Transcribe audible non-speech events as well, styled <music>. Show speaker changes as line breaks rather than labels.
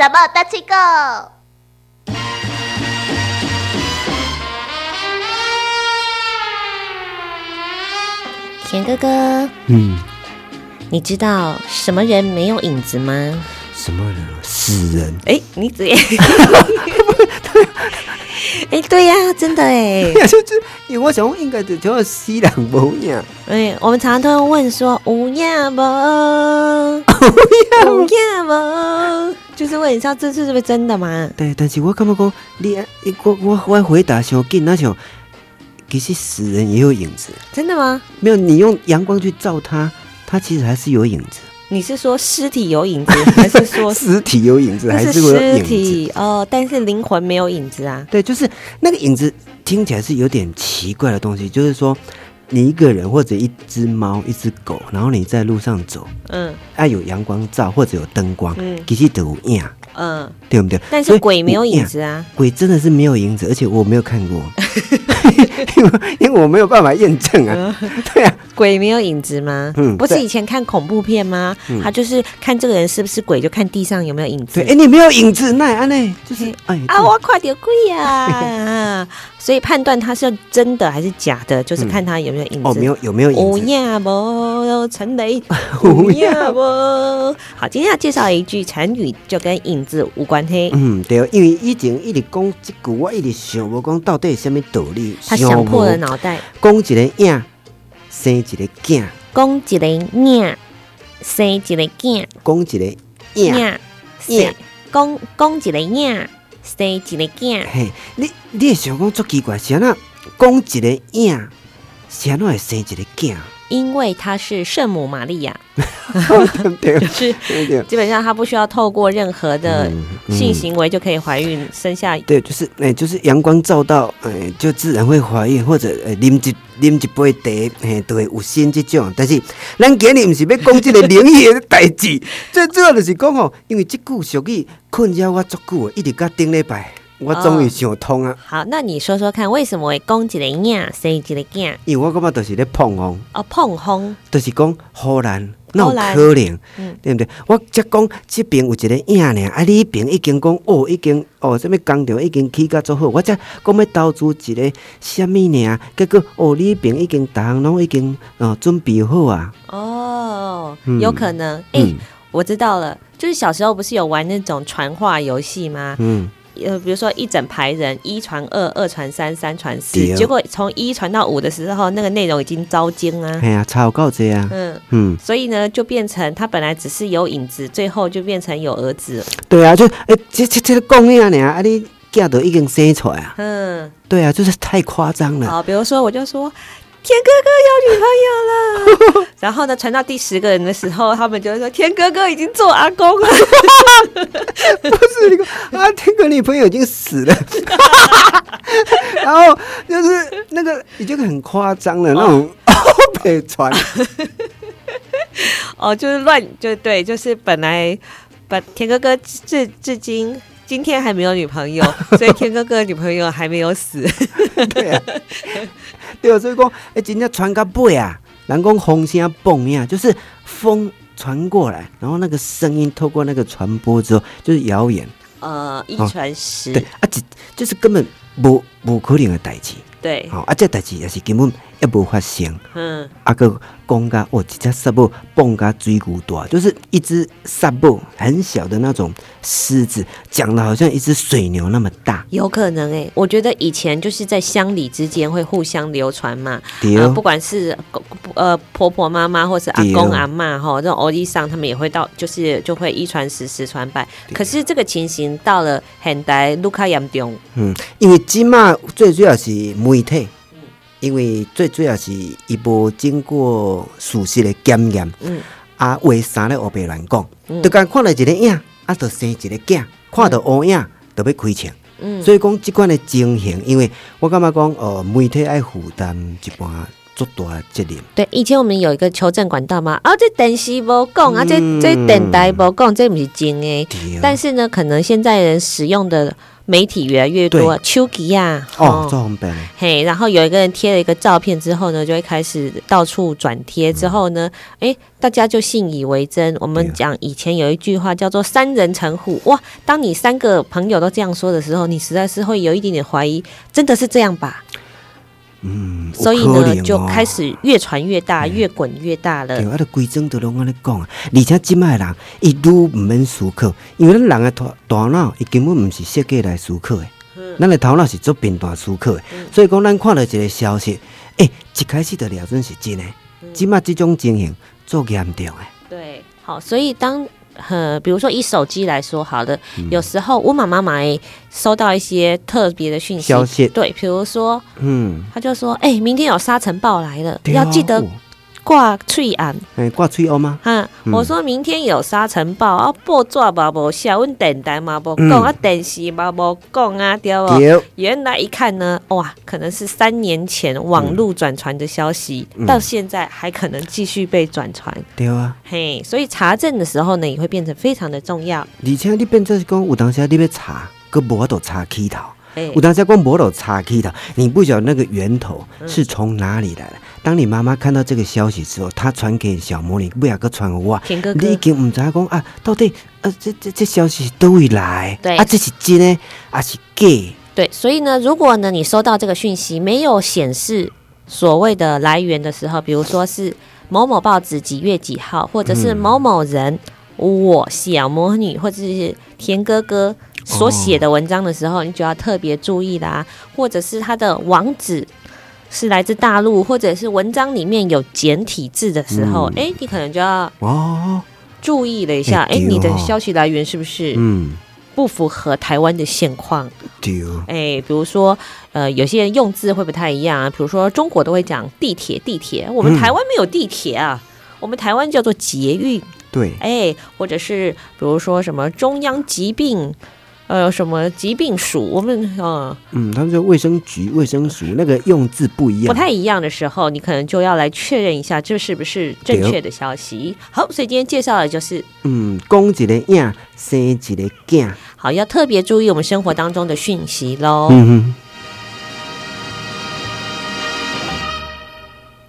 怎么大气 go？
田哥哥，
嗯，
你知道什么人没有影子吗？
什么人？啊死人？
哎、你怎？ <laughs> 哎、对呀、真的哎、 <laughs>
就就因为我想应该就叫死人无影。
哎、我们常常都会问说有影无，
<laughs>
有影无，就是问一下这次是不是真的嘛？
对，但是我感觉讲你，你我我我回答想紧，那像其实死人也有影子，
真的吗？
没有你用阳光去照它，它其实还是有影子。
你是说尸体有影
<laughs>
子，还是说
尸体有影子，还
就是
会有
尸
影子。
体哦？但是灵魂没有影子啊？
对，就是那个影子听起来是有点奇怪的东西，就是说你一个人或者一只猫、一只狗，然后你在路上走，
嗯
啊有阳光照或者有灯光，
嗯
其实都有影，
嗯，
对不对？
但
所
是
以
鬼没有影
影
子啊？
鬼真的是没有影子，而且我没有看过， <laughs> 因为因为我没有办法验证啊。
嗯
对啊，
鬼没有影子吗？
嗯
不是
对嗯
以前看恐怖片吗？他就是看这个人是不是鬼，就看地上有没有影子。
对，哎、你没有影子，那安内就是哎
啊，我快点跪呀！ <laughs> 所以判断它是真的还是假的，就是看它有没有影子。
哦，没有有没有影
有
子？
影无陈
<laughs>
雷，
有
有
影
影无。好，今天要介绍一句成语，就跟影子无关嘿。
嗯，对，因为以前一直讲这句，我一直想无讲到底是什么道理。
他想破了
无
脑袋，
讲一个影，生一个囝，
公一个影，生一个囝，
讲一个影，
影生公公一个影，生一个囝。
嘿，你你会想讲足奇怪，是安那讲一个影，是安那会生一个
<laughs>
囝，
因为她是圣母玛利亚，
对不对？
是
对不对？
基本上她不需要透过任何的
嗯嗯
性行为就可以怀孕生下
对，就是哎、就是阳光照到，哎、就自然会怀孕，或者哎，啉、一啉一杯茶，哎、都会有心这种。但是咱今日毋是要讲这个灵异的代志，最主要就是讲吼，因为即句俗语困扰我足久啊的，一直到顶礼拜，我终于想通啊。
好，那你说说看，为什么会公一个囝，生一个囝？
因为我感觉就是咧碰风，
哦，碰轰，
就是讲忽然，那有
忽然
可能，
嗯
对不对？我则讲即边有一个影尔，啊，你迄边已经讲哦，已经哦，什物工厂已经起甲足好，我则讲要投资一个什物尔，结果哦，你迄边已经逐项拢已经哦准备好啊，
哦，
嗯
有可能。哎、
嗯
我知道了，就是小时候不是有玩那种传话游戏吗？
嗯，
呃，比如说一整排人，一传二，二传三，三传四
对，哦
结果从一传到五的时候，那个内容已经糟精啊。
嘿啊，差有够济啊，
嗯，
嗯，
所以呢，就变成他本来只是有影子，最后就变成有儿子。
对啊，就诶，即即即个讲影尔，啊，你囝都已经生出来啊，
嗯，
对啊，就是太夸张了，
好，比如说我就说天哥哥有女朋友了， <laughs> 然后呢，传到第十个人的时候，他们就会说天哥哥已经做阿公 <laughs> 了，
不是你个啊，这个女朋友已经死了， <laughs> 然后就是那个已经很夸张了，那种 <laughs> 北传，
哦，就是乱，就对，就是本来本田哥哥至至今。今天还没有女朋 <laughs> 友，所以天哥哥的女朋友还没有死。
对啊，对啊，所以讲，哎，真正传到尾啊，人讲风声蹦呀，就是风传过来，然后那个声音透过那个传播之后，就是谣言，
<laughs> 呃，一
哦
传十，
对啊，就就是根本无无可能的代志，
对，
吼、啊，这代志也是根本也无发生。
嗯，
啊个讲甲哦，一只沙母蹦甲追骨大，就是一只沙母很小的那种狮子，长得好像一只水牛那么大。
有可能诶、我觉得以前就是在乡里之间会互相流传嘛，
对哦
呃，不管是公呃婆婆妈妈或是阿
对哦
公阿妈哈，这种欧弟上他们也会到，就是就会一传十，十传百。可是这个情形到了现代，卢卡严重，
嗯，因为即马最主要是媒体，因为最主要是伊无经过事实的检验，
嗯
啊话三咧黑白乱讲，
嗯
就刚看到一个影，啊就生一个囝，看到乌影就要开枪。
嗯，
所以讲即款的情形，因为我感觉讲，呃，媒体爱负担一般足大的责任。
对，以前我们有一个求证管道嘛，啊，这电视无讲，啊，这
嗯
这电台无讲，这不是真的。
对啊
但是呢，可能现在人使用的媒体越来越多，啊丘吉亚
哦，做红白
嘿，然后有一个人贴了一个照片之后呢，就会开始到处转贴。之后呢，
嗯
诶，大家就信以为真。我
对
们
啊
讲以前有一句话叫做“三人成虎”，哇，当你三个朋友都这样说的时候，你实在是会有一点点怀疑，真的是这样吧？
嗯，有
所以
可
呢
能，哦
就开始越传越大，越滚越大了
对，。啊，就规整都拢安尼讲啊。而且即卖人，伊愈毋免思考，因为咱人的大大脑，伊根本毋是设计来思考的。咱的头脑是做片段思考的，所以讲咱看到一个消息，诶、一开始就了准是真的。即卖即种情形足严重的，
对，好，所以当呃，比如说以手机来说好了，
嗯
有时候我妈妈买收到一些特别的讯息
消，息
对，比如说
嗯，
她就说，哎、明天有沙尘暴来了，
对
要
啊
记得
有
挂翠安。
哎、挂吹欧吗？
哈，我说明天有沙尘暴啊，报纸嘛无写，阮电台嘛无讲
嗯
啊，电视嘛无讲啊，对不？
对，
原来一看呢，哇，可能是三年前网络转传的消息，
嗯
到现在还可能继续被转传。
对啊。
嘿，所以查证的时候呢，也会变成非常的重要。
而且你变做是讲，有当时啊你要查，佮无法度查起头。
哎
有，当时讲无路查起的，你不晓得那个源头是从哪里来的。当你妈妈看到这个消息之后，她传给小魔女，不也个传给我，
田哥
你已
哥，
经唔知影讲啊，到底啊这这这消息都会来的，
对
啊这是真的，啊是假的？
对，所以呢，如果呢你收到这个讯息没有显示所谓的来源的时候，比如说是某某报纸几月几号，或者
嗯
是某某人、我小魔女，或者是田哥
哦
哥。所写的文章的时候，你就要特别注意啦，或者是它的网址是来自大陆，或者是文章里面有简体字的时
嗯
候，哎、你可能就要
哦，
注意了一下，哎、
哎对
你的
哦
消息来源是不是
嗯，
不符合台湾的现况？
对，
哎，比如说，呃，有些人用字会不太一样啊。比如说，中国都会讲地铁，地铁，我们
嗯
台湾没有地铁啊，我们台湾叫做捷运。
对，
哎，或者是比如说什么中央疾病，呃，什么疾病署，我们呃
嗯，他们说卫生局、卫生署那个用字不一样，
不太一样的时候，你可能就要来确认一下这是不是正确的消息。好，所以今天介绍的就是。
嗯，讲一个影，生一个囝，
好，要特别注意我们生活当中的讯息喽。
嗯哼。